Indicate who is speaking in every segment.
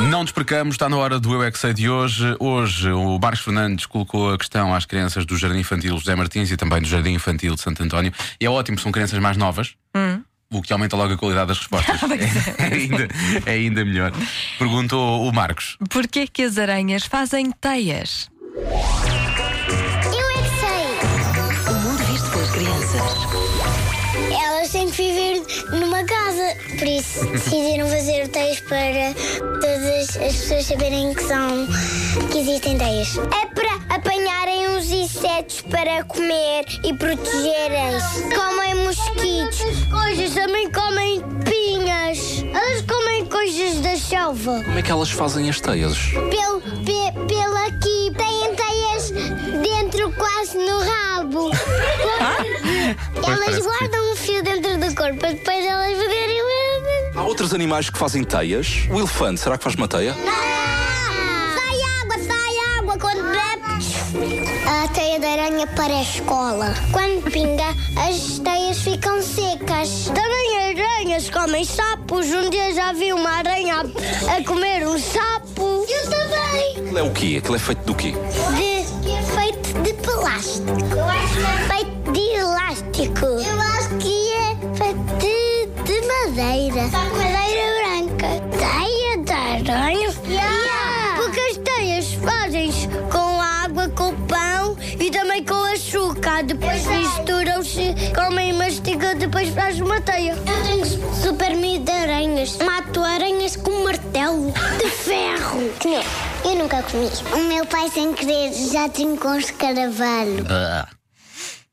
Speaker 1: Não despercamos, está na hora do Eu é que Sei de hoje. Hoje o Marcos Fernandes colocou a questão às crianças do Jardim Infantil José Martins e também do Jardim Infantil de Santo António. E é ótimo, são crianças mais novas. O que aumenta logo a qualidade das respostas. é, ainda, é ainda melhor. Perguntou o Marcos.
Speaker 2: Porquê que as aranhas fazem teias?
Speaker 3: Eu é que sei.
Speaker 4: O mundo visto pelas crianças.
Speaker 3: Elas têm que viver numa casa. Por isso decidiram fazer teias para todas as pessoas saberem que são. que existem teias. É para apanharem os insetos para comer e protegerem-se. Comem mosquitos. Coisas também comem pinhas. Elas comem coisas da selva.
Speaker 5: Como é que elas fazem as teias?
Speaker 3: Pelo, pe, pelo aqui. Têm teias dentro quase no rabo.
Speaker 1: parece
Speaker 3: elas
Speaker 1: que-
Speaker 3: guardam um fio dentro do corpo para depois elas poderem ver.
Speaker 5: Há outros animais que fazem teias. O elefante, será que faz uma teia?
Speaker 3: Sai água, sai água quando bebe. A teia da aranha para a escola. Quando pinga, as teias ficam secas. Também aranhas comem sapos. Um dia já vi uma aranha a comer um sapo. Eu também.
Speaker 5: Aquilo é o quê? Aquilo é feito do quê?
Speaker 3: de feito de plástico. Eu acho que é feito de elástico. Eu acho que é feito de, de madeira. Madeira branca. Teia de aranha. Porque as teias fazem com água, com pão e também com açúcar. Depois misturam-se, comem e mastigam, depois faz uma teia. Eu tenho super medo de aranhas. Mato aranhas com martelo de ferro. Não, eu nunca comi. O meu pai, sem querer, já tinha com escaravelho.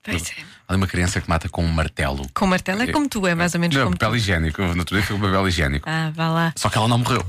Speaker 2: Pois é.
Speaker 1: ah, Há uma criança que mata com um martelo.
Speaker 2: Com martelo é como tu, é mais ou menos
Speaker 1: Não,
Speaker 2: como tu.
Speaker 1: papel higiênico. No outro dia foi com papel higiênico.
Speaker 2: Ah, vá lá.
Speaker 1: Só que ela não morreu.